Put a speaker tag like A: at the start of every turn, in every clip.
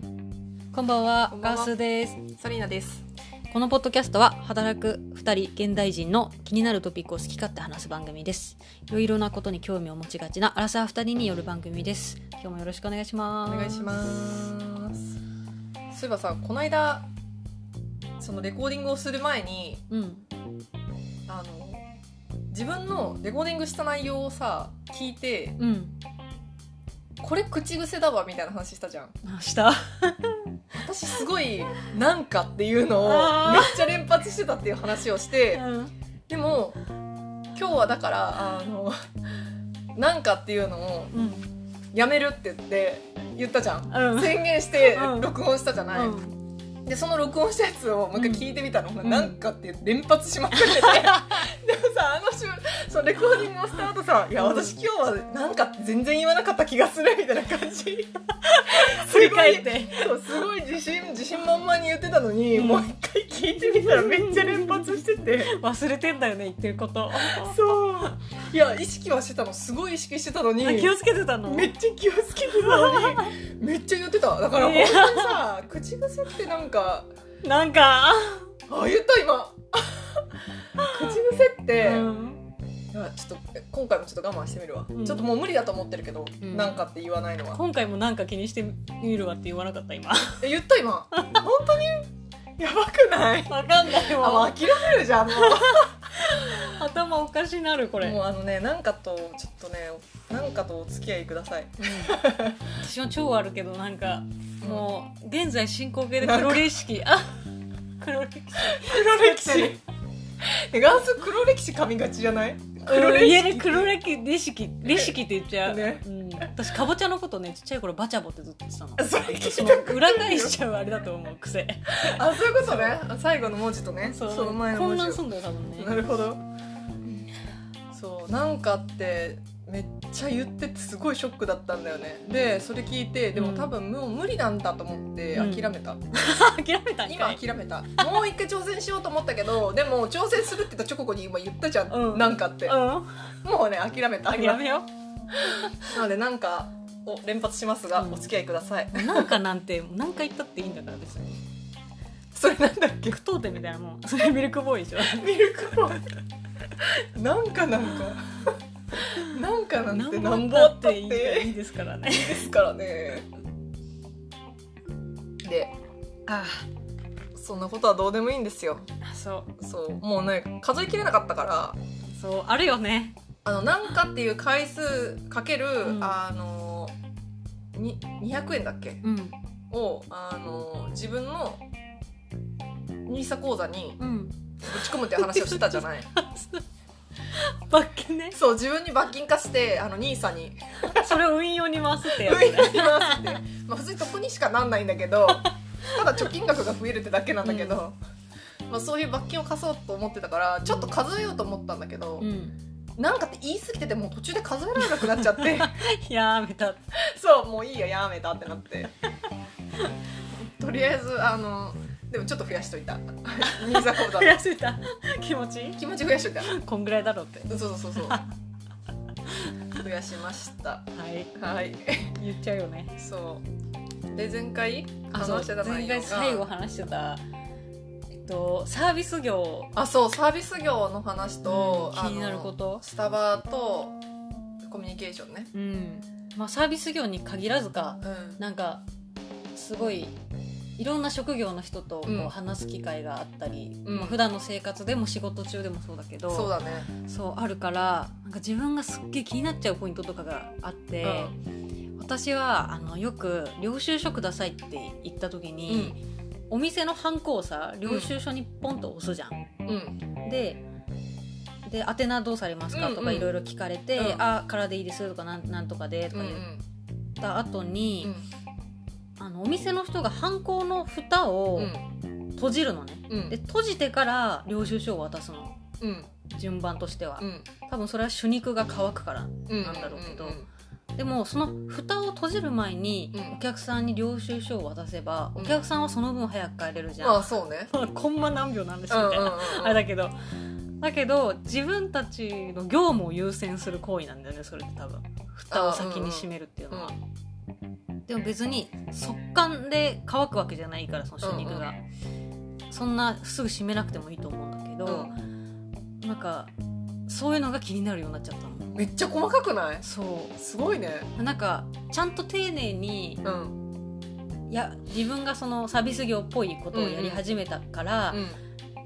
A: んばんは
B: こんばん
A: ガ
B: は
A: スです
B: ソリーナです。
A: このポッドキャストは働く二人現代人の気になるトピックを好き勝手話す番組ですいろいろなことに興味を持ちがちなアラサー二人による番組です今日もよろしくお願いしま
B: お
A: す
B: 願いします。そういえばさ、この間そのレコーディングをする前に、
A: うん
B: あの自分のレコーディングした内容をさ聞いて、
A: うん
B: これ口癖だわみたいな話したじゃん。
A: あした
B: 私すごいなんかっていうのを
A: あー
B: めっちゃ連発してたっていう話をして、
A: う
B: でも今日はだからあのなんかっていうのを
A: ん
B: やめるって言って言ったじゃん。
A: うん
B: 宣言して
A: うん
B: 録音したじゃない。でその録音したやつをもう一回聞いてみたの、
A: ん
B: なんかって連発しまくってて でもさあの週そのレコーディングをした後さ「いや
A: うん
B: 私今日はなんかって全然言わなかった気がする」みたいな感 じ
A: 振り返って
B: そうすごい自信自信満々に言ってたのに、
A: うん
B: もう一回聞いてみたらめっちゃ連発してて
A: 忘れてんだよね言ってること
B: そういや意識はしてたのすごい意識してたのに
A: あ気をつけてたの
B: めっちゃ気をつけてたのにめっちゃ言ってただから本当にさ口癖ってなんか。
A: なんか、
B: あ言った 今口癖って、
A: うん
B: いやちょっと今回もちょっと我慢してみるわ、
A: うん
B: ちょっともう無理だと思ってるけど、
A: うん
B: なんかって言わないのは
A: 今回もなんか気にしてみるわって言わなかった今
B: え言っ た今本当にやばくない
A: わかんない
B: あも
A: わ
B: う諦めるじゃんも
A: 頭おかしなるこ
B: う
A: れ
B: もうあのねなんかとちょっとねなんかとお付き合いください
A: 私も超あるけどなんか
B: うん
A: もう現在進行形で黒歴史あ黒歴
B: 黒歴
A: 作って
B: 史えガース黒歴史噛みがちじゃない黒
A: 史家
B: 歴
A: で
B: 史
A: 黒歴史レシキって言っちゃう、
B: ね
A: うん、私かぼちゃのことねちっちゃい頃バチャボってずっと言ってたの
B: あ それ聞い
A: そ
B: たこと
A: の裏返しちゃうあれだと思う癖
B: あそういうことねあ最後の文字とね
A: そう
B: の前の
A: 混
B: 文字を
A: 乱すんだよ多分ね
B: なるほど。そうなんかってめっちゃ言っててすごいショックだったんだよね。でそれ聞いてでも
A: うん
B: 多分もう無理なんだと思って
A: うん
B: 諦めた。
A: 諦めたん
B: 今
A: かい
B: 諦めた。もう一回挑戦しようと思ったけどでも挑戦するって言った直後に今言ったじゃん。
A: うん
B: なんかって、もうね諦めた。
A: うんやめよ
B: なのでなんかを連発しますが、
A: うん
B: お付き合いください。
A: うなんかなんて何回言ったっていいんだから別に
B: それなんだっけ
A: 句読点みたいなもんそれミルクボーイでしょ
B: ミルクボーイ。なんかなんか。なんかなんてなんぼあったって
A: いいからいいですからね
B: ですからねで
A: あ
B: そんなことはどうでもいいんですよ
A: あそう
B: そうもうね数えきれなかったから
A: そうあるよね
B: あのなんかっていう回数かける、
A: ん
B: あのに200円だっけ
A: うん
B: をあの自分の NISA 口座に
A: うん
B: ぶち込むっていう話をしてたじゃない
A: バッケね
B: そう自分に罰金化してあの NISA に
A: それを運用に回すってやつ
B: 上に
A: ね
B: なります って、まあ、普通に得にしかなんないんだけどただ貯金額が増えるってだけなんだけど、まあ、そういう罰金を課そうと思ってたからちょっと数えようと思ったんだけど、
A: うん
B: なんかって言い過ぎててもう途中で数えられなくなっちゃって
A: やめた
B: そうもういいややめたってなってとりあえずあのでもちょっと増やしといたニーザ口座
A: 増やせた気持ちいい
B: 気持ち増やしといた
A: こんぐらいだろうって
B: そうそうそうそう増やしました
A: はい
B: はい
A: 言っちゃうよね
B: そうで前回話してた
A: 前
B: 内容が
A: 回最後話してたえっとサービス業
B: あそうサービス業の話
A: う
B: と、
A: ん気になるこ
B: あ
A: と
B: のスタバとコミュニケーションね、
A: うんまあサービス業に限らずか
B: うん、
A: なんかすごいいろんな職業の人とこう
B: うん
A: 話す機会があったり、
B: うん
A: まあ普段の生活でも仕事中でもそうだけど
B: そうだね、
A: そうあるからなんか自分がすっげえ気になっちゃうポイントとかがあって、私はあのよく「領収書ください」って言った時に、お店のハンコをさ領収書にポンと押すじゃん。
B: うんうん
A: でで宛名どうされますかと
B: うん
A: か
B: うん
A: いろいろ聞かれて「
B: うん
A: あからでいいです」とかなん「なんとかで」と
B: うん
A: か
B: う
A: 言っ
B: ん
A: た後に、
B: うん
A: あのお店の人がハンコの蓋を閉じるのね、
B: うん
A: で閉じてから領収書を渡すの
B: うん
A: 順番としては、
B: うん
A: 多分それは主肉が乾くから
B: うん
A: なんだろうけど
B: うん
A: でもその蓋を閉じる前に
B: うん
A: お客さんに領収書を渡せば、
B: うん
A: お客さんはその分早く帰れるじゃん、
B: まあそうね
A: まあコンマ何秒なんです
B: うん
A: み
B: うんう
A: たいな、 あれ
B: ん
A: だけどだけど自分たちの業務を優先する行為なんだよねそれって多分蓋を先に閉めるっていうのは、でも別に速乾で乾くわけじゃないからその春肉が、そんなすぐ湿めなくてもいいと思うんだけど、なんかそういうのが気になるようになっちゃったの
B: めっちゃ細かくない
A: そ
B: すごいね
A: うなんかちゃんと丁寧に
B: うんうん
A: いや自分がそのサービス業っぽいことをやり始めたから、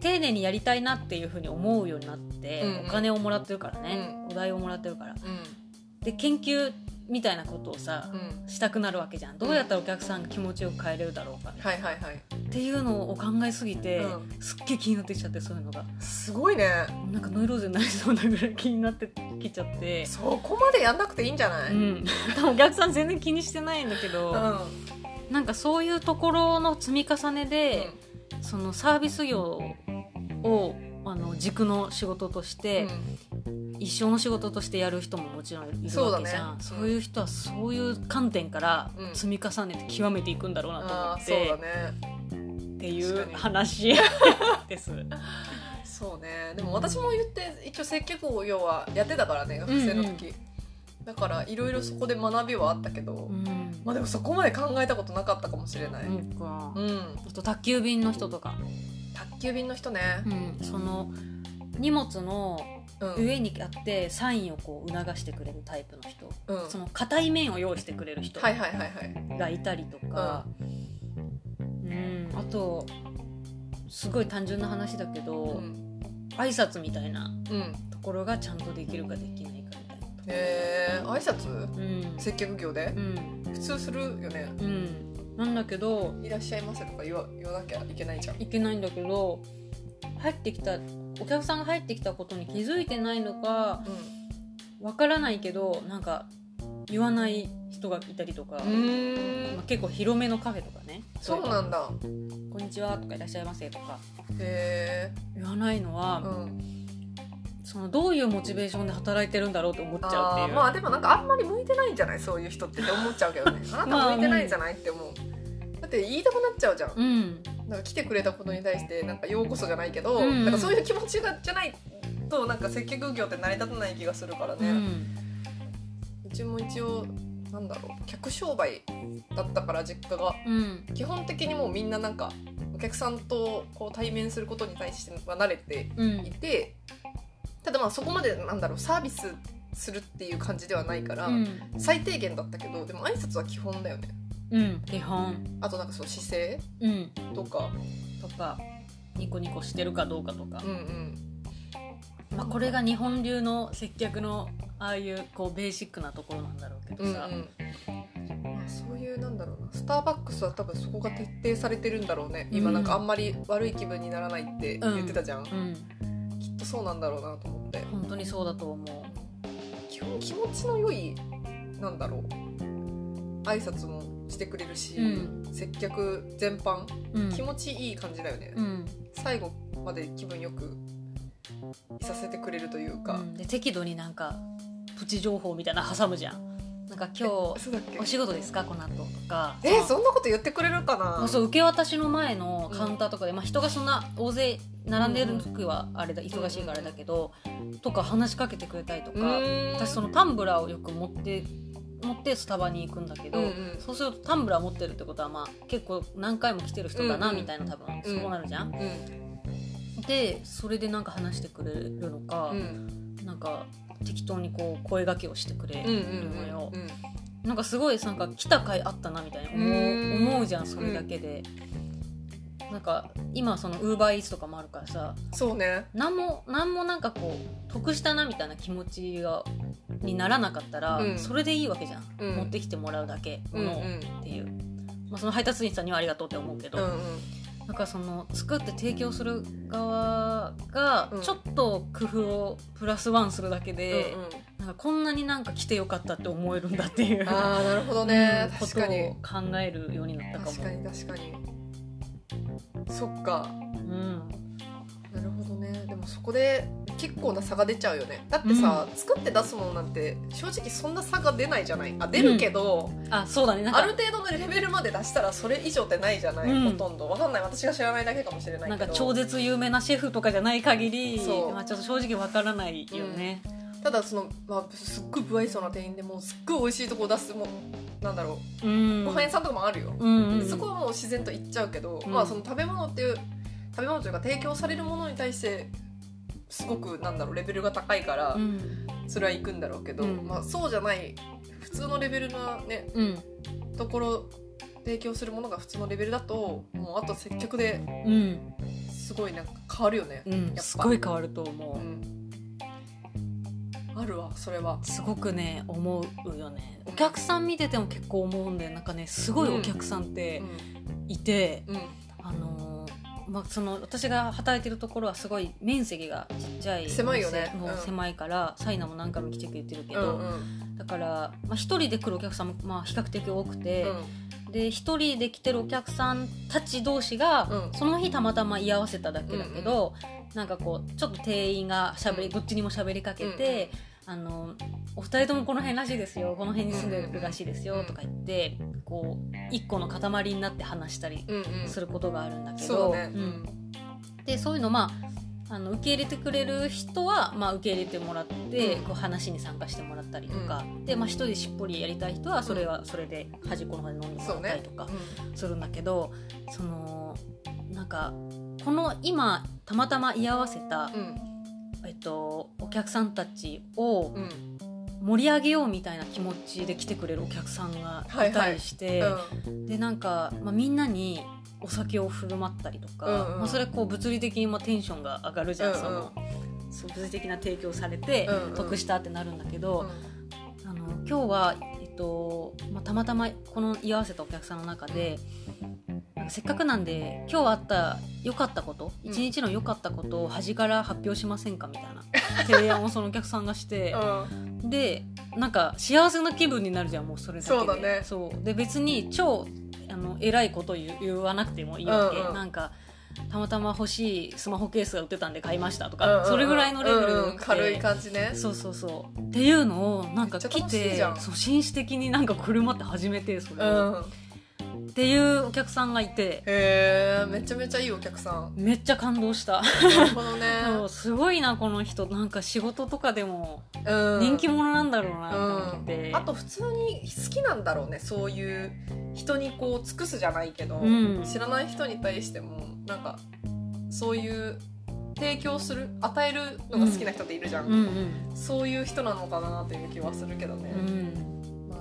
A: 丁寧にやりたいなっていうふうに思うようになって、
B: うんうん
A: お金をもらってるからね、
B: う
A: お題をもらってるから
B: うん
A: で研究みたいなことをさ、
B: うん
A: したくなるわけじゃんどうやったらお客さんが気持ちよく帰れるだろうか、
B: はいはいはい
A: っていうのを考えすぎて、
B: うん
A: すっげえ気になってきちゃってそういうのが
B: すごいね
A: なんかノイローゼになりそうなぐらい気になってきちゃって、
B: そこまでやんなくていいんじゃない、
A: うん多分お客さん全然気にしてないんだけど、
B: うん
A: なんかそういうところの積み重ねで、そのサービス業をあの軸の仕事として、一生の仕事としてやる人ももちろんいるわけじゃんそ
B: そ
A: う
B: だね
A: う,、いう人はそういう観点から
B: うん
A: 積み重ねて極めていくんだろうなと
B: あ
A: 思
B: ー
A: っ
B: そう
A: て、
B: だね
A: っていう
B: 確かに
A: 話 です。
B: そうねでも私も言って一応接客を要はやってたからね学生の時、だからいろいろそこで学びはあったけど、
A: うん
B: まあでもそこまで考えたことなかったかもしれない、
A: なんか
B: うん
A: あと宅急便の人とか、
B: 宅急便の人ね、
A: うん、その荷物の
B: うん
A: 上にあってサインをこう促してくれるタイプの人、
B: うん
A: その硬い面を用意してくれる人
B: はいはいはいはい
A: がいたりとか、うん、あとすごい単純な話だけど、
B: うん、
A: 挨拶みたいな
B: うん、
A: ところがちゃんとできるかできないかみたいなとこ
B: えー、挨拶
A: うん
B: 接客業で
A: うん
B: 普通するよね
A: うんなんだけど
B: いらっしゃいませとか言わ言わなきゃいけないじゃん
A: いけないんだけど入ってきたお客さんが入ってきたことに気づいてないのかわからないけどなんか言わない人がいたりとか、
B: うん
A: まあ、結構広めのカフェとかね
B: そうなんだ
A: こんにちは」とか「いらっしゃいませ」とか
B: へえ
A: 言わないのは、
B: うん
A: そのどういうモチベーションで働いてるんだろうと思っちゃうって
B: あ
A: い
B: ー
A: う、
B: まあでもなんかあんまり向いてないんじゃないそういう人ってって思っちゃうけど ねあなた向いてないんじゃないって思うだって言いたくなっちゃうじゃん
A: うん
B: なんか来てくれたことに対してなんかようこそじゃないけど、
A: うんうん
B: なんかそういう気持ちがじゃないとなんか接客業って成り立たない気がするから
A: う
B: ね、
A: ん
B: うちも一応なんだろう客商売だったから実家が
A: うん
B: 基本的にもうみんななんかお客さんとこう対面することに対しては慣れて
A: うん
B: いてただまあそこまでなんだろうサービスするっていう感じではないから、
A: うん
B: 最低限だったけどでも挨拶は基本だよね
A: うん基本
B: あとなんかその姿勢
A: うん
B: とか
A: とかニコニコしてるかどうかとか
B: うん、うん
A: まあ、これが日本流の接客のああいうこうベーシックなところなんだろうけ
B: うん
A: ど
B: うん
A: さ、
B: まあそういうなんだろうなスターバックスは多分そこが徹底されてるんだろうね今なんかあんまり悪い気分にならないって言ってたじゃん、
A: うん
B: きっとそうなんだろうなと思って
A: 本当にそうだと思
B: 基本気持ちの良いなんだろう挨拶もしてくれるし、
A: う
B: 接客全般
A: う、うん、
B: 気持ちいい感じだよね、
A: うん
B: 最後まで気分よくいさせてくれるというか、
A: うんで適度になんかプチ情報みたいなの挟むじゃんなんか今日
B: そうだっけ
A: お仕事ですかこの後とか
B: えーそんなこと言ってくれるか
A: まあ
B: な
A: そう受け渡しの前のカウンターとかで、まあ、人がそんな大勢並んでる時はあれだ忙しいからあれだけど、とか話しかけてくれたりと
B: う
A: か、
B: ーん
A: 私そのタンブラーをよく持って持ってスタバに行くんだけど、
B: うんうん
A: そうするとタンブラー持ってるってことは、まあ、結構何回も来てる人だ
B: う
A: なん
B: うん
A: みたいな多分そうなるじゃん。
B: うん
A: でそれでなんか話してくれるのか
B: う、ん
A: なんか適当にこう声掛けをしてくれ
B: うんうん
A: るのよ。
B: うん
A: なんかすごいなんか来た回あったなみたいな思
B: う
A: う
B: ーん
A: 思うじゃんそれだけで、なんか今そのウーバーイーツとかもあるからさ
B: そうね
A: 何も何もなんかこう得したなみたいな気持ちがにならなかったら、
B: うん
A: それでいいわけじゃん、
B: うん
A: 持ってきてもらうだけ
B: うんうん
A: のっていう、まあ、その配達員さんにはありがとうって思うけど、
B: うん
A: なんかその作って提供する側が
B: うん
A: ちょっと工夫をプラスワンするだけ
B: うん
A: で、
B: うんうん
A: なんかこんなになんか来てよかったって思えるんだっていう。
B: ああなるほど
A: ね
B: ね、確かに
A: ことを考えるようになったかも
B: 確かに確かにそっか
A: うん
B: なるほどねでもそこで結構な差が出ちゃうよねだってさ、作って出すものなんて正直そんな差が出ないじゃないあ出るけど、
A: あそうだねなん
B: あ
A: か
B: る程度のレベルまで出したらそれ以上ってないじゃない、
A: うん
B: ほとんどわかんない私が知らないだけかもしれないけど
A: なんか超絶有名なシェフとかじゃない限り
B: そう
A: まあ、ちょっと正直わからないよね、
B: ただその、まあ、すっごい不愛想な店員でもうすっごい美味しいとこ出すもうなんだろ
A: うん
B: うご飯屋さんとかもあるよ、
A: うんうんうん
B: そこはもう自然と行っちゃうけど、
A: うん
B: まあその食べ物っていう食べ物というか提供されるものに対してすごくなんだろうレベルが高いから
A: うん
B: それは行くんだろうけど、
A: うん
B: まあ、そうじゃない普通のレベルなね
A: うん
B: ところ提供するものが普通のレベルだともうあと接客で
A: うん
B: すごいなんか変わるよね
A: う、
B: やっ
A: ん
B: ぱ
A: すごい変わると思
B: う
A: う、
B: ん、あるわそれは
A: すごくね思うよねお客さん見てても結構思うんだよなんかねすごいお客さんっ
B: う
A: て
B: ん
A: いて、
B: うん
A: あのーまあ、その私が働いてるところはすごい面積がちっちゃい
B: 狭いよね
A: お店もううん狭いから、サイナも何回も来てくれてるけ
B: うん
A: ど、
B: うん
A: だからまあ、一人で来るお客さんも、まあ、比較的多くて、
B: う
A: で一人で来てるお客さんたち同士が、
B: うん
A: その日たまたま居合わせただけだけど、なんかこうちょっと店員がしゃべり、
B: うん
A: どっちにも喋りかけて、あの「お二人ともこの辺らしいですよこの辺に住んでるらしいですよ」とか言ってこう一個の塊になって話したり
B: んうんうん
A: することがあるんだけ
B: そ
A: ど
B: うだね、
A: うんでそういうのまああの受け入れてくれる人は、まあ、受け入れてもらって、
B: うん
A: こう話に参加してもらったりとか、で、まあ、一人でしっぽりやりたい人はそれはそれで端っこの方で飲んでもらったりとかするんだけどそ,、のなんかこの今たまたま居合わせた、
B: うん
A: えっと、お客さんたちを
B: うん
A: 盛り上げようみたいな気持ちで来てくれるお客さんがいたりして。でなんか、まあ、みんなにお酒を振る舞ったりとか、
B: うんうん
A: まあ、それこう物理的にまあテンションが上がるじゃん、
B: うんうん
A: そのそう物理的な提供されて
B: うんうん
A: 得したってなるんだけど、あの今日は、えっとまあ、たまたまこの居合わせたお客さんの中で、なんかせっかくなんで今日あった良かったこと
B: うん
A: 一日の良かったことを端から発表しませんかみたいな提案をそのお客さんが して。
B: うん
A: でなんか幸せな気分になるじゃんもうそれだけで
B: そうだね
A: そうで別に超あの偉いこと言う言わなくてもいいわけ、
B: うんうん
A: なんかたまたま欲しいスマホケースが売ってたんで買いましたとか、
B: うん
A: それぐらいのレベルで、
B: うんうん軽い感じね
A: そうそうそうっていうのをなんか来
B: めっちゃ楽しい
A: て
B: じゃん
A: そう紳士的になんか車って始めてそれ
B: う
A: を、
B: ん
A: っていうお客さんがいて
B: へえめちゃめちゃいいお客さん
A: めっちゃ感動した、
B: なるほどね
A: そうすごいなこの人なんか仕事とかでも
B: うん
A: 人気者なんだろうなと思って、
B: うんあと普通に好きなんだろうねそういう人にこう尽くすじゃないけど、
A: うん
B: 知らない人に対してもなんかそういう提供する与えるのが好きな人っているじゃん、
A: うんうん
B: そういう人なのかなという気はするけどね、
A: うん
B: まあ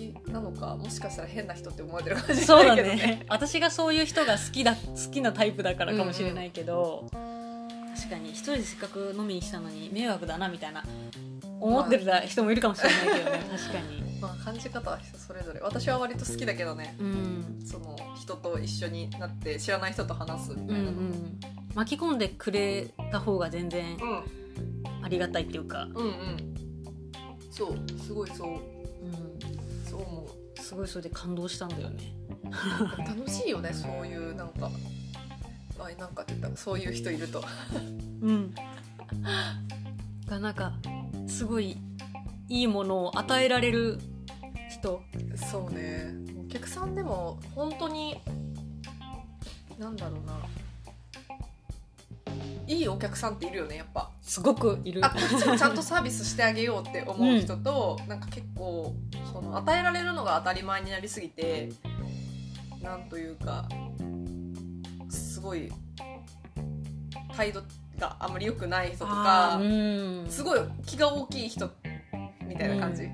B: 人気なのかもしかしたら変な人って思われてるかもしれ
A: そう
B: な
A: だ
B: いけどね
A: ね私がそういう人が好きだ好きなタイプだからかもしれないけど、確かに一人でせっかく飲みに来たのに迷惑だなみたいな思ってた人もいるかもしれないけどね 確かに
B: まあ感じ方は人それぞれ私は割と好きだけどね
A: うん
B: その人と一緒になって知らない人と話すみ
A: う
B: た
A: んう
B: いなのうん
A: ん巻き込んでくれた方が全然ありがたいっていうか、
B: うんうんそうすごいそう
A: うん、
B: そう思う
A: すごいそれで感動したんだよね
B: 楽しいよねそういうなんかあなんかって言ったそういう人いると
A: うんがなんかすごいいいものを与えられる人
B: そうねお客さんでも本当になんだろうないいお客さんっているよねやっぱ
A: すごくいる
B: あこっち もちゃんとサービスしてあげようって思う人と、なんか結構その与えられるのが当たり前になりすぎてなんというかすごい態度があんまり良くない人とか
A: あーうん
B: すごい気が大きい人みたいな感じ、
A: う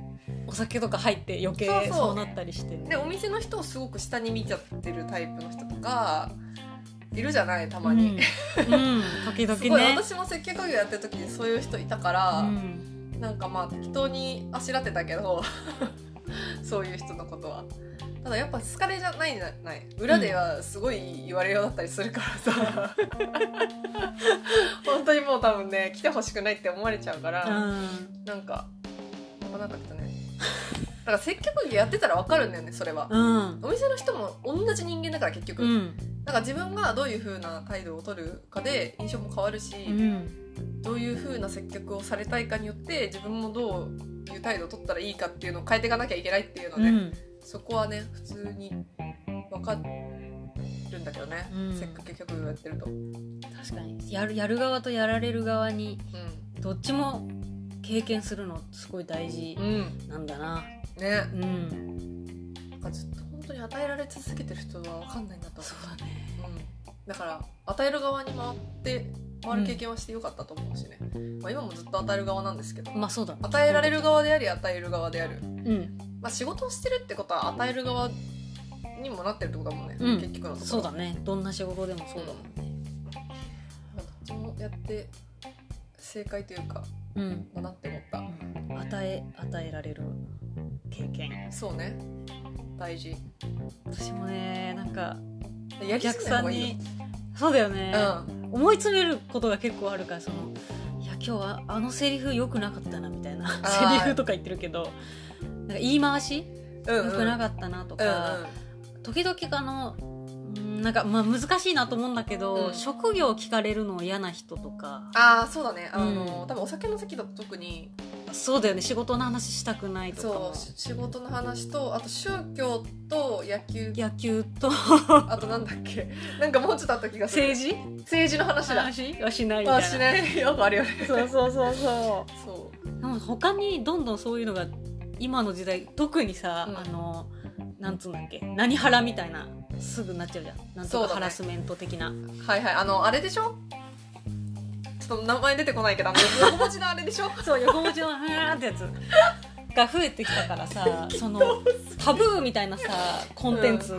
A: お酒とか入って余計
B: そうそう
A: そうなったりして
B: でお店の人をすごく下に見ちゃってるタイプの人とかいるじゃないたまに、
A: うん、うん 時々ね
B: すごい私も接客業やってる時にそういう人いたから、
A: うん
B: なんかまあ適当にあしらってたけど そういう人のことはただやっぱ好かれじゃないじゃない裏ではすごい言われようだったりするからさ、本当にもう多分ね来てほしくないって思われちゃうから、なんかなかなか来たねだから接客業やってたら分かるんだよねそれは、
A: うん
B: お店の人も同じ人間だから結局、
A: うん
B: なんか自分がどういう風な態度を取るかで印象も変わるし、
A: うん
B: どういう風な接客をされたいかによって自分もどういう態度を取ったらいいかっていうのを変えていかなきゃいけないっていうの
A: う
B: で、
A: ん
B: そこはね普通に分かるんだけどね、
A: うん
B: せっかく客業やってると、うん
A: 確かにやるやる側とやられる側にどっちも経験するのすごい大事
B: うん
A: なんだな
B: ね
A: うん
B: なんかずっと本当に与えられ続けてる人は分かんないなと思
A: そうだね
B: う、うん、だから与える側に回って回る経験はしてよかったと思うしね、まあ、今もずっと与える側なんですけど
A: まあそうだね
B: 与えられる側であり与える側である、
A: うん
B: まあ、仕事をしてるってことは与える側にもなってるってことだもんね、
A: うん
B: 結局のところ
A: そうだねどんな仕事でもそうだもんね
B: まあどっちもやって正解というか
A: うん
B: だなって思った
A: 与え与えられる経験
B: そうね大事
A: 私もねなんか
B: や
A: お
B: り
A: 客
B: すぎな
A: さ
B: い方
A: ん
B: がいいよ
A: にそうだよね、
B: うん
A: 思い詰めることが結構あるからそのいや今日はあのセリフ良くなかったなみたいな
B: ー
A: セリフとか言ってるけどなんか言い回し
B: うん
A: 良
B: うん
A: くなかったなとか、時々あのうんなんかまあ難しいなと思うんだけど、
B: うん
A: 職業聞かれるの嫌な人とか
B: ああそうだねあの、
A: うん
B: 多分お酒の席だと特に
A: そうだよね仕事の話したくないとか
B: そ
A: も
B: うし仕事の話とあと宗教と野球
A: 野球と
B: あとなんだっけなんかもうちょっとあった気がする
A: 政治
B: 政治の話だ
A: 話はしないみたいな
B: あしないよくあるよね
A: そうそうそうそう
B: そ
A: でも他にどんどんそういうのが今の時代特にさ、
B: うん
A: あのなんつうんだっけ何ハラみたいなすぐなっちゃうじゃんなん
B: そ
A: と
B: うだ
A: かハ
B: ね
A: ラスメント的な、
B: うはいはいあのあれでしょちょっと名前出てこないけどあの横文字のあれでしょ
A: そう横文字のふーんってやつが増えてきたから さそのタブーみたいなさコンテンツ、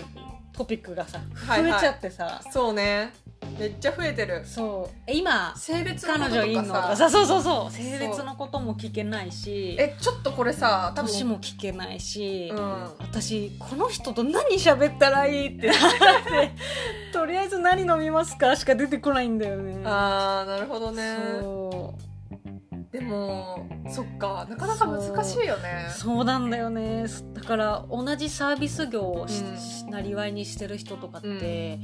A: トピックがさ
B: は
A: 増
B: い
A: え
B: はい
A: ちゃってさ、
B: そうねめっちゃ増えてる
A: そうえ今
B: 性別のこ
A: 彼
B: とと
A: 女いんのとか
B: か
A: さ
B: さ
A: そうそうそう性別のことも聞けないし
B: えちょっとこれさ多分
A: 年も聞けないし、
B: うん
A: 私この人と何喋ったらいいって とりあえず何飲みますかしか出てこないんだよね
B: あーなるほどね
A: そ
B: でもそっかなかなか難しいよね
A: うそうなんだよねだから同じサービス業をし
B: うん
A: しなりわいにしてる人とかって、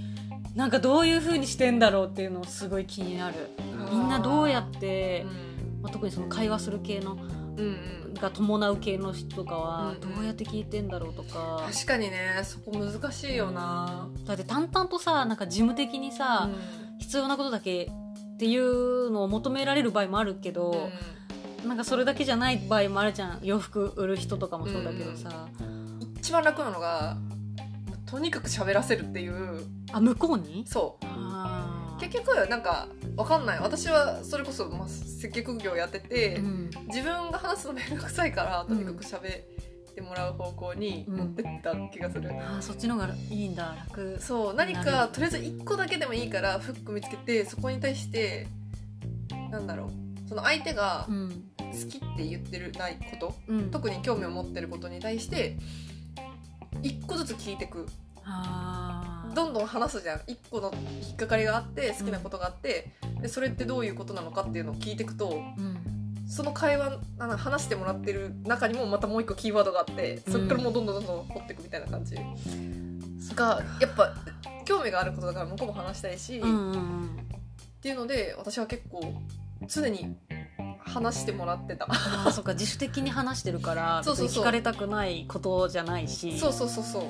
A: なんかどういう風にしてんだろうっていうのすごい気になるみんなどうやっ
B: う
A: て、
B: ん
A: まあ、特にその会話する系の
B: うんうん
A: が伴う系の人とかは
B: うんうん
A: どうやって聞いてんだろうとか、
B: 確かにねそこ難しいよな、
A: だって淡々とさなんか事務的にさ、
B: うん
A: 必要なことだけっていうのを求められる場合もあるけど、なんかそれだけじゃない場合もあるじゃん洋服売る人とかもそうだけどさ、
B: 一番楽なのがとにかく喋らせるっていう
A: あ向こうに
B: そう
A: あー
B: 結局なんかわかんない私はそれこそ、まあ、接客業やってて、
A: うん
B: 自分が話すの面倒くさいからとにかく喋ってもらう方向に持ってった気がする、
A: あーそっちの方がいいんだ楽
B: そう何かとりあえず1個だけでもいいからフック見つけてそこに対してなんだろうその相手が
A: うん
B: 好きって言ってるないこと
A: うん
B: 特に興味を持ってることに対して1個ずつ聞いてく
A: あー
B: どんどん話すじゃん1個の引っかかりがあって好きなことがあってでそれってどういうことなのかっていうのを聞いてくと
A: うん
B: その会話あの話してもらってる中にもまたもう一個キーワードがあってそっからもうどんどんどんどん掘っていくみたいな感じ、がやっぱ興味があることだから向こうも話したいし、
A: う
B: っ
A: んうんうん
B: ていうので私は結構常に話してもらってた
A: あーそっか自主的に話してるから
B: そうそうそう
A: 別に聞かれたくないことじゃないし
B: そうそうそうそう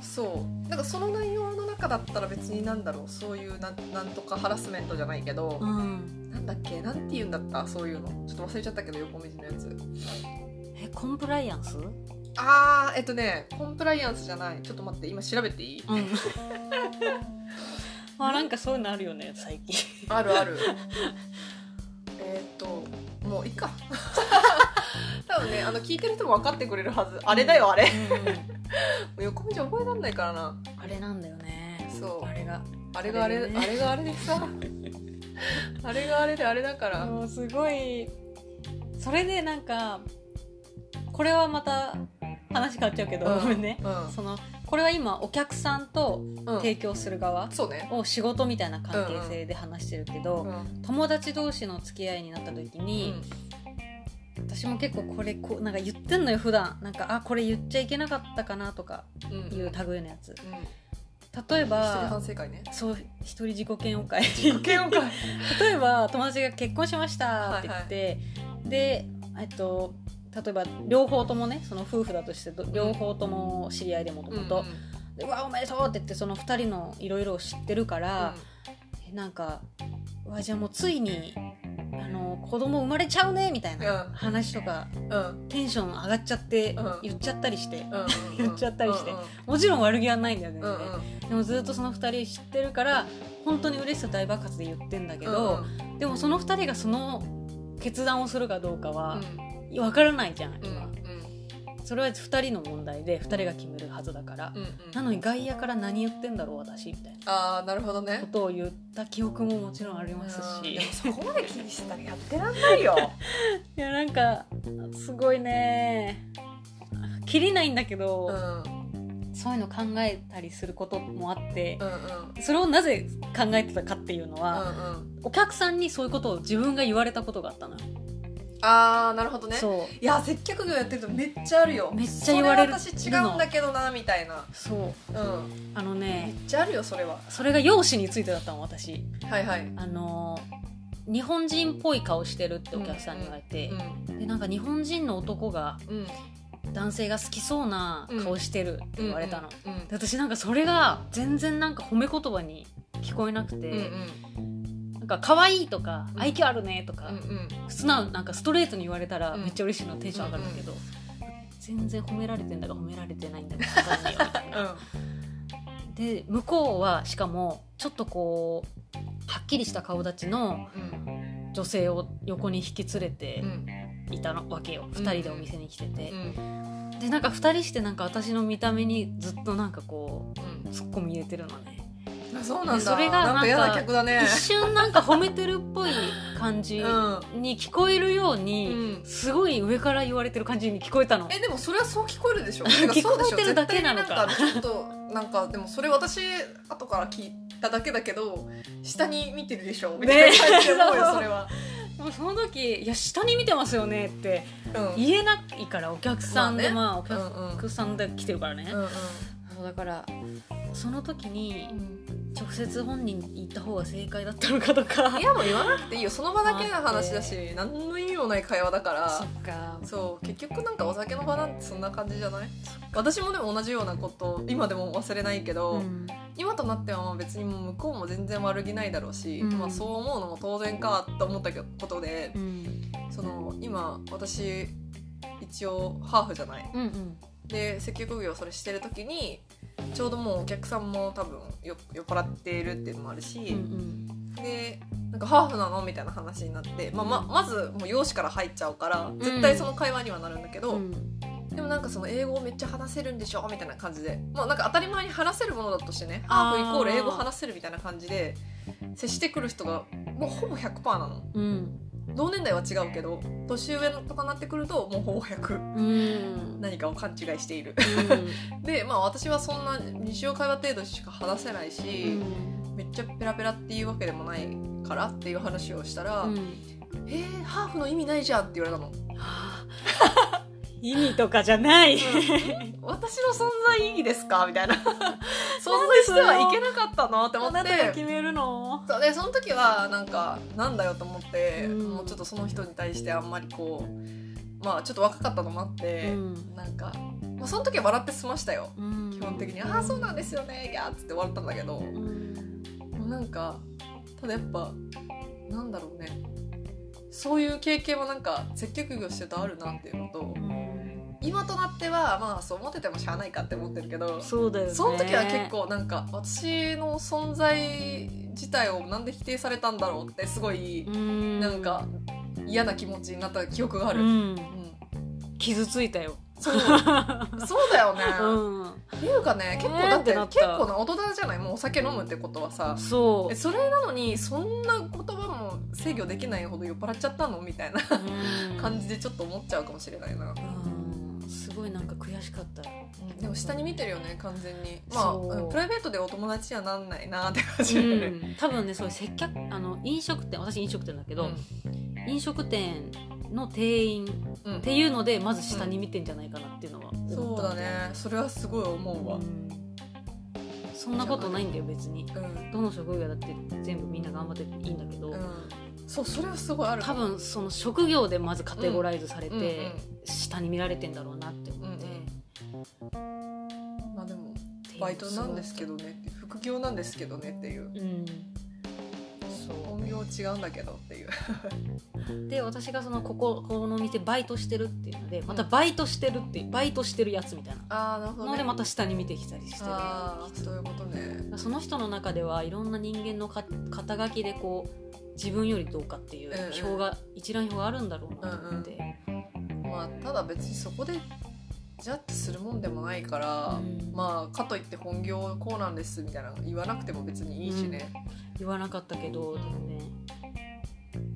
B: そうなんかその内容の中だったら別になんだろうそういうなんなんとかハラスメントじゃないけど、
A: うん、
B: なんだっけなんて言うんだったそういうのちょっと忘れちゃったけど横道のやつ
A: えコンプライアンス、 うん、
B: あーえっとねコンプライアンスじゃないちょっと待って今調べていい
A: まあなんかそういうのあるよね最近
B: ある あるえーっともういい か多分ねあの聞いてる人も分かってくれるはずあれだよあれ横道覚えらんないからな
A: あれなんだよね
B: そう
A: あれが
B: あれがあれあれ,、
A: あれね
B: があれでさあれがあれであれだから
A: もうすごいそれでなんかこれはまた話変わっちゃうけど、ごめんね
B: う、
A: そのこれは今お客さんと
B: ん、うん
A: 提供する側
B: そうね、
A: を仕事みたいな関係性で話してるけど、
B: うん
A: 友達同士の付き合いになった時に、私も結構これこうなんか言ってんのよ普段なんかあこれ言っちゃいけなかったかなとか
B: うんうん、
A: いう類のやつ
B: うん、
A: 例え
B: 一人
A: ば
B: 反省会ね
A: そう一人自己嫌悪会
B: 嫌悪会
A: 例えば友達が結婚しましたって言って、でえっと例えば両方ともねその夫婦だとしてど両方とも知り合いでもともと「でうわおめでとう!」って言ってその2人のいろいろを知ってるから、えなんかうわじゃあもうついにあの子供生まれちゃうねみたいな
B: うん
A: 話とか、
B: うん
A: テンション上がっちゃって
B: うん
A: 言っちゃったりして、
B: うん
A: 言っちゃったりして
B: うん
A: もちろん悪気はないんだよね、
B: うんうん
A: でもずっとその2人知ってるから本当に嬉しさ大爆発で言ってんだけど、でもその2人がその決断をするかどうか
B: うん
A: は分からないじゃん
B: うんうん
A: 今、それは2人の問題で2人が決めるはずだから、
B: うんうん
A: なのに外野から何言ってんだろう私みたいな
B: ああなるほど
A: こ
B: ね
A: とを言った記憶ももちろんあります
B: うん
A: し
B: でもそこまで気にしてたらやってらんないよ
A: いやなんかすごいね切りないんだけ
B: うんう
A: ど、
B: ん
A: そういうの考えたりすることもあって
B: う、ん
A: それをなぜ考えてたかっていうの
B: う
A: は、
B: んうん
A: お客さんにそういうことを自分が言われたことがあったのよ、
B: ああなるほどね
A: そ
B: いや接客業やってるとめっちゃあるよ
A: めっちゃ言われる
B: そ私違うんだけどなみたいな
A: うそう
B: うん
A: あの
B: め
A: ね
B: っちゃあるよそれは
A: それが容姿についてだったの私
B: はいはい
A: あの日本人っぽい顔してるってお客さんに言われて
B: う、ん
A: でなんか日本人の男が
B: うん
A: 男性が好きそうな顔してるって言われたの、
B: うんうん
A: で私なんかそれが全然なんか褒め言葉に聞こえなくて、
B: うん
A: なんか可愛いとか、
B: うん
A: 愛嬌あるねとか、
B: うんうん
A: 素直なんかストレートに言われたら
B: うん
A: めっちゃ嬉しいのテンション上がるんだけど、全然褒められてんだか褒められてないんだか分かんないよみたいな。で向こうはしかもちょっとこうはっきりした顔立ちの
B: うん
A: 女性を横に引き連れて
B: うん
A: いたわけよ、
B: ん
A: 2人でお店に来てて
B: う、ん
A: でなんか2人してなんか私の見た目にずっとなんかこ
B: う
A: うツッコミ入れてるのね
B: んあそうなんだ
A: それが
B: なんか嫌
A: なん
B: な
A: か
B: 客だね
A: 一瞬なんか褒めてるっぽい感じ
B: うん
A: に聞こえるように、
B: うん
A: すごい上から言われてる感じに聞こえたの
B: えでもそれはそう聞こえる でしょなんか
A: 聞
B: そ
A: こ
B: うでしょ
A: えてるだけなのか
B: 絶対になんかちょっとなんかでもそれ私後から聞いただけだけど下に見てるでしょみたいな感じで思うよ
A: ね
B: そ れは、
A: でもその時「いや下に見てますよね」って
B: うん、
A: 言えないからお客さんで
B: ま
A: まあお客
B: うんう
A: お
B: ん
A: 客さんで来てるからね、
B: うん
A: そうだからその時に
B: うん
A: 直接本人に言った方が正解だったのかとか
B: いやもう言わなくていいよその場だけの話だし何の意味もない会話だから
A: っか
B: そう結局なんかお酒の場なんてそんな感じじゃない私もでも同じようなこと今でも忘れないけど、
A: ん
B: 今となってはまあ別にもう向こうも全然悪気ないだろうし、
A: うん
B: まあ、そう思うのも当然かと思ったけどことで
A: う、ん
B: その今私一応ハーフじゃない
A: うんうん
B: で接客業をそれしてる時にちょうどもうお客さんも多分よ酔っ払ってるっていうのもあるし、
A: うん
B: でなんかハーフなのみたいな話になって、まあ、ままずもう容姿から入っちゃうから
A: ん
B: 絶対その会話にはなるんだけど、
A: うん
B: でもなんかその英語をめっちゃ話せるんでしょみたいな感じで、まあ、なんか当たり前に話せるものだとしてねハ
A: あー
B: ーフイコール英語話せるみたいな感じで接してくる人がもうほぼ100%なの
A: うん
B: 同年代は違うけど年上とかになってくるともうほぼ100
A: うん
B: 何かを勘違いしている
A: うん
B: でまあ私はそんな日常会話程度しか話せないし、めっちゃペラペラっていうわけでもないからっていう話をしたら「
A: うん
B: えー、ハーフの意味ないじゃん」って言わ れたの。
A: はあ意味とかじゃない
B: 私の存在意義ですかみた いな存在してはいけなかったなって思
A: あ
B: っ
A: なたが
B: て
A: 決めるの
B: そうでその時はなんかなんだよと思って、
A: うん
B: もうちょっとその人に対してあんまりこうまあちょっと若かったのもあって、
A: うん
B: なんか、まあ、その時は笑って済ましたよ
A: うん
B: 基本的に「ああそうなんですよねいや」っつって終わったんだけど
A: う
B: も
A: ん
B: うなんかただやっぱなんだろうねそういう経験はなんか接客業してるとあるなっていうのと
A: うん
B: 今となってはまあそう思っててもしゃあないかって思ってるけど
A: そうだよね
B: その時は結構なんか私の存在自体をなんで否定されたんだろうってすごいなんか嫌な気持ちになった記憶があ
A: う
B: る、うん
A: ん傷ついたよ
B: そう そうだよね、
A: うん
B: っていうかね結構
A: えー
B: だって
A: ってなった
B: 結構な大人じゃないもうお酒飲むってことはさ
A: そ
B: え
A: う
B: それなのにそんな言葉も制御できないほど酔っ払っちゃったのみたいな
A: うん
B: 感じでちょっと思っちゃうかもしれないな、
A: うんすごいなんか悔しかった
B: でも下に見てるよね完全にまあ
A: そう
B: うんプライベートでお友達にはなんないなって感じ
A: う
B: だよね、
A: ん、多分ねそういう接客あの飲食店私飲食店だけど、飲食店の店員
B: うん
A: っていうのでまず下に見てんじゃないかなっていうのは思
B: そ
A: った
B: うだねそれはすごい思うわ
A: うんそんなことないんだよ別に
B: うん、
A: どの職業だって全部みんな頑張っていいんだけど、
B: うん、そうそれはすごいある
A: 多分その職業でまずカテゴライズされて、
B: うんうん
A: 下に見られてんだろうなって思って、
B: うんうんまあでも
A: っていう
B: バイトなんですけどね副業なんですけどねっていう
A: うんそう
B: お本業違うんだけどっていう
A: で私がそのこここの店バイトしてるっていうのでまたバイトしてるっていうバイトしてるやつみたいな
B: ああなるほ
A: のでまた下に見てきたりしてる
B: ああそういうことね
A: その人の中ではいろんな人間のか肩書きでこう自分よりどうかっていう
B: うんうん
A: 表が、一覧表があるんだろうなと思って、
B: まあただ別にそこでジャッジするもんでもないか
A: う
B: ら、
A: ん
B: まあかといって本業こうなんですみたいなの言わなくても別にいいしね、
A: 言わなかったけどでもね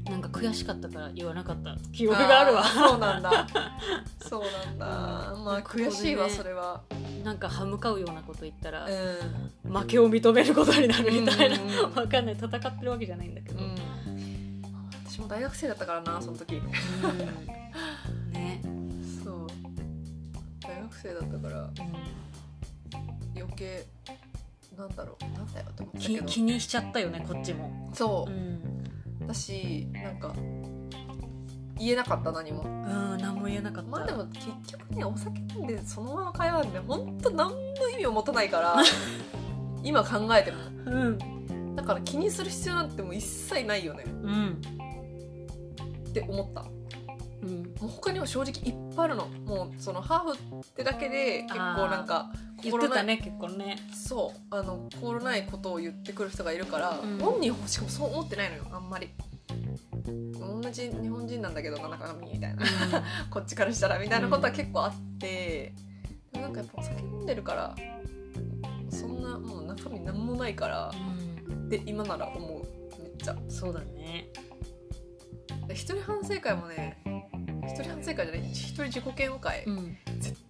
A: なんか悔しかったから言わなかった記憶があるわ
B: ーそうなんだそう なんだまあ
A: ここでね
B: 悔しいわそれは
A: なんか歯向かうようなこと言ったら、
B: う
A: 負けを認めることになるみたいな、
B: うんうんうん
A: わかんない戦ってるわけじゃないんだけど、
B: ん、うん、私も大学生だったからなその時
A: うんね、
B: そう大学生だったから余計なんだろうなんだよって思ったけ
A: き
B: ど
A: 気にしちゃったよねこっちも、、
B: そううん私なんか言えなかった何も
A: うん何も言えなかった、
B: まあでも結局ねお酒飲んでそのまま会話なんで本当何の意味を持たないから 今考えても
A: うん
B: だから気にする必要なんてもう一切ないよね
A: うん
B: って思ったも
A: うん
B: う他にも正直いっぱいあるのもうそのハーフってだけで結構なんか
A: 言ってたね結構ね
B: そうあの心ないことを言ってくる人がいるから、
A: うん
B: 本人しかもそう思ってないのよあんまり同じ日本人なんだけどな中身みたいなこっちからしたらみたいなことは結構あって、でもなんかやっぱお酒飲んでるからそんなもう中身なんもないから
A: うん
B: で今なら思うめっちゃ
A: そうだね
B: で一人反省会もね一人反省会じゃない一人自己嫌悪会、
A: うん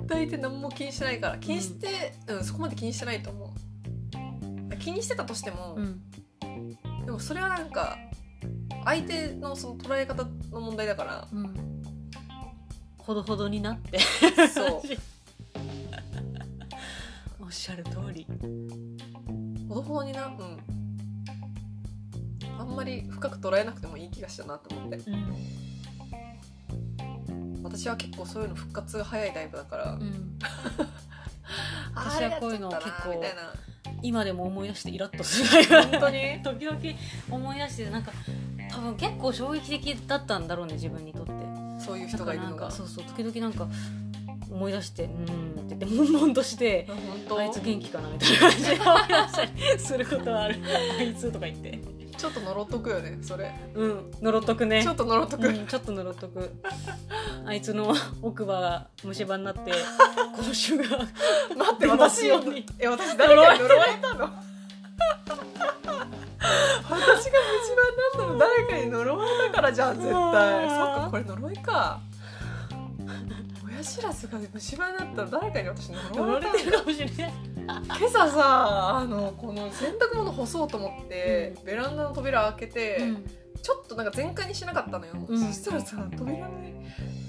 B: 大体何も気にしてないから気にして、うんそこまで気にしてないと思う気にしてたとしても、
A: うん
B: でもそれはなんか相手のその捉え方の問題だから
A: うんほどほどになって
B: そう
A: おっしゃる通り
B: ほどほどになうんあんまり深く捉えなくてもいい気がしたなと思って
A: うん
B: 私は結構そういうの復活が早いタイプだから、
A: うん
B: あ
A: 私はこういうのを結構
B: あれやっちゃった
A: 今でも思い出してイラッとする
B: なみたいな本当に
A: 時々思い出してなんか多分結構衝撃的だったんだろうね自分にとって
B: そういう
A: だ
B: 人
A: か
B: がい
A: ら
B: る
A: なん
B: の
A: か
B: が
A: そうそう時々なんか思い出してうーんって言って悶々として
B: あ本当
A: あいつ元気かなみたいな感じで思い出したりすることはあるあいつとか言って
B: ちょっと呪っとくよねそれ
A: うん呪っとくね
B: ちょっと呪っとく、
A: うん、ちょっと呪っとくあいつの奥歯が虫歯にな って口臭が
B: 待って
A: 出ます
B: 私
A: ように
B: え私誰かに呪われたの 私が一番なんだろう誰かに呪われたからじゃん絶対
A: う
B: そ
A: ん
B: っかこれ呪いか親知らずが虫歯になったら誰かに私呪
A: 呪
B: わ
A: わ
B: れ
A: れ
B: た
A: て るかもしれない
B: 今朝さあのこの洗濯物干そうと思って、ベランダの扉開けて、ちょっとなんか全開にしなかったのよ、
A: うん
B: そしたらさ扉に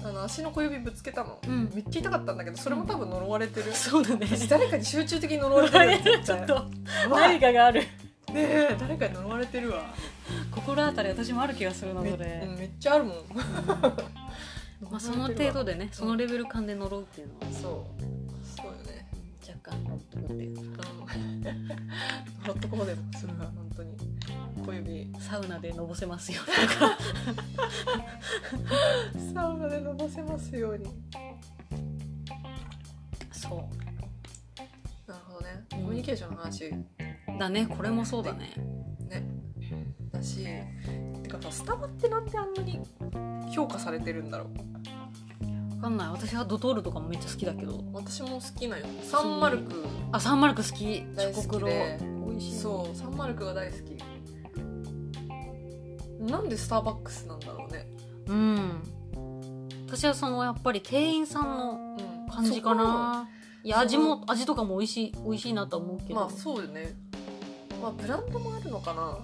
B: あの足の小指ぶつけたの、
A: うん
B: めっちゃ痛かったんだけどそれも多分呪われ てる、
A: そうだね
B: 私誰かに集中的に呪われ
A: 呪わ
B: て
A: れ
B: る
A: てる
B: 絶
A: ちょ
B: 対
A: っ と
B: やばい
A: 何かがある
B: ねえ誰かに呪われてるわ
A: 心当たり私もある気がするの
B: め,、
A: で、
B: うん、めっちゃあるもん
A: まあ、その程度
B: で
A: でねそのレベル感で呪うっていうのは
B: そうそうよね
A: 若干
B: うん 呪っとこうでもそれは本当に小指
A: サウナでのぼせますよとか
B: サウナで伸ばせますように
A: そ
B: なるほどね
A: う
B: コ
A: ん
B: ミュニケーションの話
A: うだねこれもそうだね
B: ねだしてかさスタバってなんであんなに評価されてるんだろう
A: 分かんない私はドトールとかもめっちゃ好きだけど
B: 私も好きなよサンマルク
A: あサンマルク好きチ
B: 大好
A: ョコ
B: き
A: クロ
B: で
A: 美味しい
B: そうサンマルクが大好きなんでスターバックスなんだろうね、
A: うん私はそのやっぱり店員さんの
B: うん、
A: 感じかないや
B: そこ
A: 味も味とかも美味しい美味しいなとは思うけ
B: そこ
A: ど、
B: まあそうよねまあブランドもあるのかな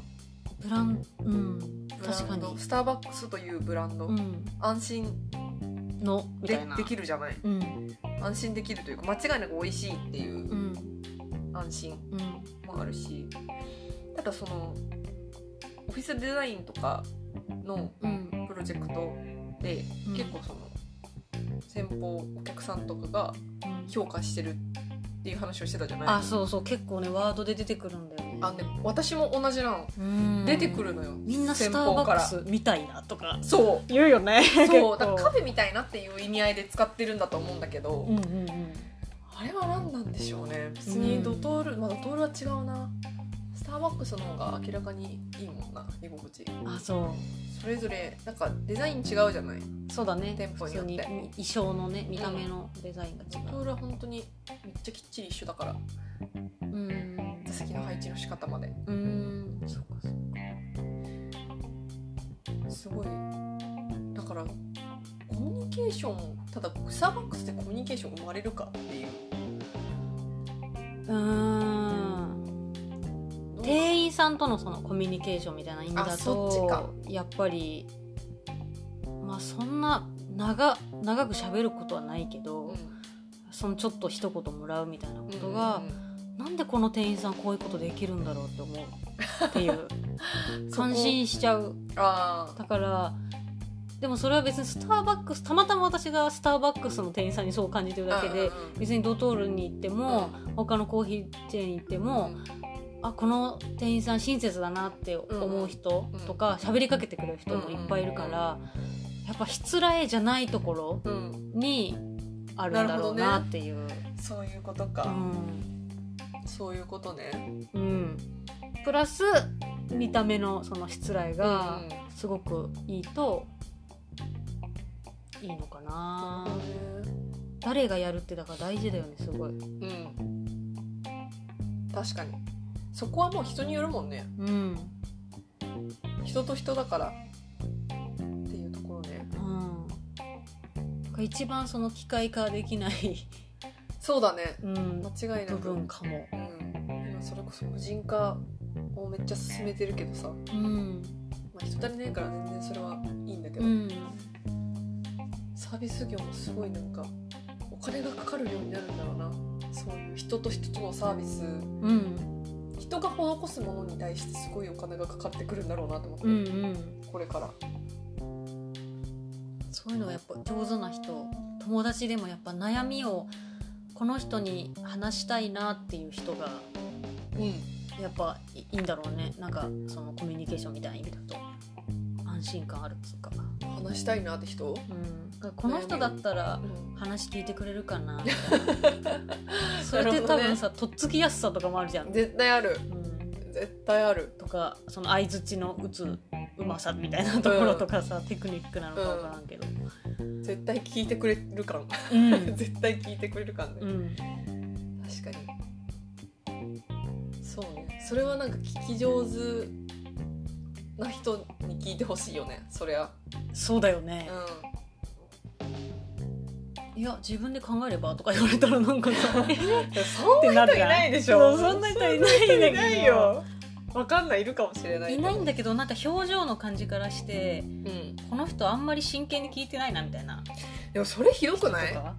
A: ブランうん
B: ブラ
A: 確か
B: ンド
A: に
B: スターバックスというブランド、
A: うん
B: 安心
A: のみた
B: で
A: いな
B: できるじゃない
A: うん
B: 安心できるというか間違いなく美味しいっていう
A: うん
B: 安心
A: うん
B: もあるしただそのオフィスデザインとかの
A: うん
B: プロジェクトで
A: うん
B: 結構その先方お客さんとかが
A: うん
B: 評価してるっていう話をしてたじゃない
A: あそうそう結構ねワードで出てくるんだよね
B: あのね私も同じなの出てくるのよ
A: みんなス
B: 先
A: ター
B: 方
A: バ
B: か
A: ック
B: ら
A: スみたいなと か
B: そ
A: 言うよね
B: う
A: 結
B: そう
A: 構
B: だからカフェみたいなっていう意味合いで使ってるんだと思うんだけど、
A: うんうんうん
B: あれは何なんでしょうね別にドトール、まあドトールは違うなスターバックスの方が明らかにいいもんな居心地
A: あそ
B: それぞれなんかデザイン違うじゃない
A: うんそうだね
B: 店舗
A: 普
B: によ
A: 通
B: って
A: に衣装のね見た目のデザインが
B: ド
A: 違
B: ト
A: う
B: ールは本当にめっちゃきっちり一緒だから
A: うん
B: 座席の配置の仕方まで
A: うんそっかそっか
B: すごいだからコミュニケーションただスターバックスでコミュニケーション生まれるかっていう
A: うん
B: のが
A: 店員さんとのそのコミュニケーションみたいな意味
B: あ
A: だ
B: そっちか
A: とやっぱりまあそんな長長く喋ることはないけど、そのちょっと一言もらうみたいなことが、なんでこの店員さんこういうことできるんだろうって思うって いう
B: そこ
A: 感心しちゃう
B: あ
A: だからでもそれは別にスターバックスたまたま私がスターバックスの店員さんにそう感じてる
B: ー
A: だけで、
B: うんうんうん
A: 別にドトールに行っても、他のコーヒーチェーン行っても、あこの店員さん親切だなって思う人とか喋、りかけてくれる人もいっぱいいるから、やっぱ失礼じゃないところ
B: うんうん
A: にあるんだろうなっていう。
B: そういうことか、
A: うん
B: そういうことね
A: うん、プラス見た目のその失礼が
B: うん
A: すごくいいといいのかな、誰がやるってだから大事だよねすごい。
B: うん確かにそこはもう人によるもんね
A: うん
B: 人と人だからっていうところね
A: うん、一番その機械化できない、
B: そうだね
A: うん、
B: 間違いな
A: 部
B: く、
A: 分かも。
B: うん今それこそ無人化をめっちゃ進めてるけどさ、ま
A: うん
B: あ、人足りないから全然それはいいんだけ
A: う
B: ど、
A: ん、
B: サービス業もすごいなんかお金がかかるようになるんだろうなそういう人と人とのサービス
A: うん、
B: 人が施すものに対してすごいお金がかかってくるんだろうなと思って、
A: うん、うん、
B: これから
A: そういうのがやっぱ上手な人、友達でもやっぱ悩みを。この人に話したいなっていう人が、
B: うん
A: やっぱいいいんだろうね。なんか、そのコミュニケーションみたいな意味だと。安心感あるっつうか。
B: 話したいなって人、
A: うん、だからこの人だったら。話聞いてくれるか なみたいなそれって多分さ、とっつきやすさとかもあるじゃん、
B: 絶対ある
A: うん、
B: 絶対ある
A: とかその相づちの打つうまさみたいなところとかさ、テクニックなのか分からんけど、
B: 絶対聞いてくれる感
A: うん
B: 絶対聞いてくれる感ね、
A: うん
B: 確かにそうねそれはなんか聞き上手な人に聞いてほしいよねそりゃ
A: そうだよね、
B: う
A: いや自分で考えればとか言われたらなんか さ
B: んそ
A: って
B: んな
A: る
B: 人い
A: じゃん
B: ないでしょ
A: そうそんな人いないんだけど
B: いないよわかんないいるかもしれない
A: いないんだけどなんか表情の感じからして
B: うん
A: この人あんまり真剣に聞いてないなみたいな
B: でもそれひどく
A: と
B: ない
A: か、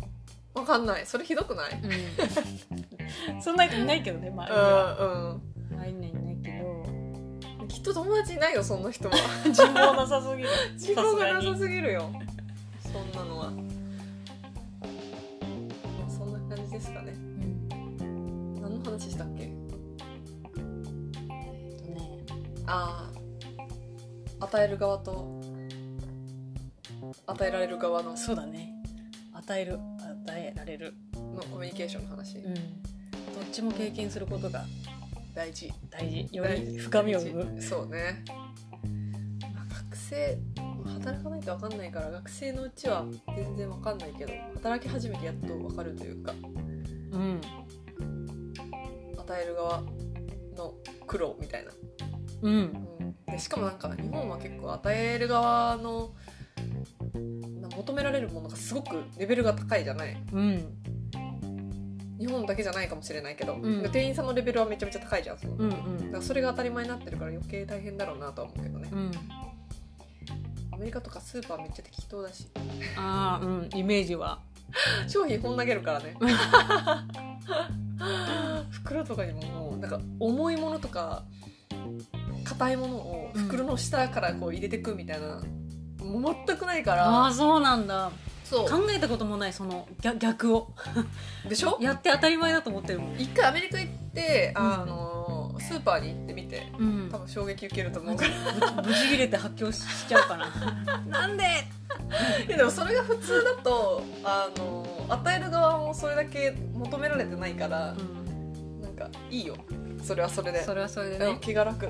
B: わかんないそれひどくない
A: うん、そんな人いないけどね周りには、
B: う
A: 周りにはいないけど
B: んうんきっと友達いないよそんな 人は
A: 自分はなさすぎる
B: 自分がな
A: さ
B: さ
A: す
B: すぎるよそんなのはまあそんな感じですか
A: が
B: ね
A: にうん
B: 何の話したっけ
A: えっとね
B: ああ与える側と与えられる側の
A: そうだね与える与えられる
B: のコミュニケーションの話、
A: うん、どっちも経験することが
B: 大事
A: 大事よ
B: 大
A: り
B: 事
A: 深みを生む
B: そうね、まあ学生まあ働かないと分かんないから学生のうちは全然分かんないけど働き始めてやっと分かるというか
A: うん
B: 与える側の苦労みたいな、
A: うん
B: うん、でしかもなんか日本は結構与える側のな求められるものがすごくレベルが高いじゃない
A: うん
B: 日本だけじゃないかもしれないけど、
A: ん
B: 店員さんのレベルはめちゃめちゃ高いじゃんその、
A: う
B: だか
A: ん
B: らそれが当たり前になってるから余計大変だろうなとは思うけどね、
A: うん
B: アメリカとかスーパーめっちゃ適当だし
A: ああうんイメージは
B: 商品本投げるから ね袋とかにももうなんか重いものとか硬いものを袋の下からこう入れてくみたいな、もう全くないか
A: ああ
B: ら
A: そうなんだ
B: そ
A: 考えたこともないその逆逆を
B: うでしょ
A: やって当たり前だと思ってるもん
B: 一回アメリカ行ってあの、ススーパーに行ってみて
A: うん
B: 多分衝撃受けると
A: な
B: 思うんか
A: からぶぶち切れて発狂しちゃうかななんで
B: いやでもそれが普通だとあの与える側もそれだけ求められてないからなんかいいよそれはそれで
A: それはそれでね、
B: うん気が楽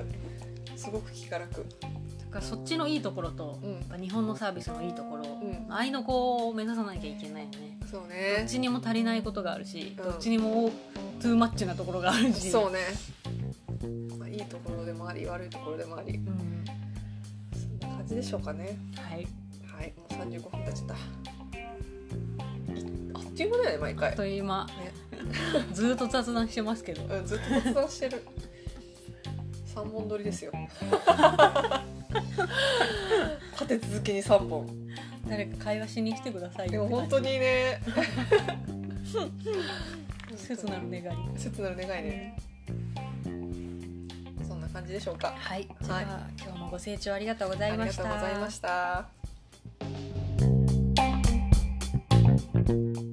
B: すごく気が楽
A: だからそっちのいいところと、
B: うん
A: やっぱ日本のサービスのいいところ、
B: ん
A: 愛の子を目指さなきゃいけないよね
B: そう
A: ど
B: ね
A: っちにも足りないことがあるし、
B: うん
A: どっちにもトゥーマッチなところがあるし
B: そうね、まあ、いいところでもあり悪いところでもあり
A: うん
B: そんな感じでしょうかね
A: はい
B: はいもう35分経っちゃったいあっという間だよね毎
A: あっ
B: 回
A: という間、
B: ね
A: ずーっと雑談してますけど
B: うんずっと雑談してる3本撮 りですよ立て続けに3本
A: 誰か会話しに来てください
B: で
A: よ
B: も
A: って感
B: 本
A: じ
B: 当にね
A: 切なる願い
B: 切なる願いねそんな感じでしょうか
A: はい、じゃあ今日もご清聴ありがとうござ
B: あ
A: い
B: りが
A: まし
B: とう
A: た
B: ございました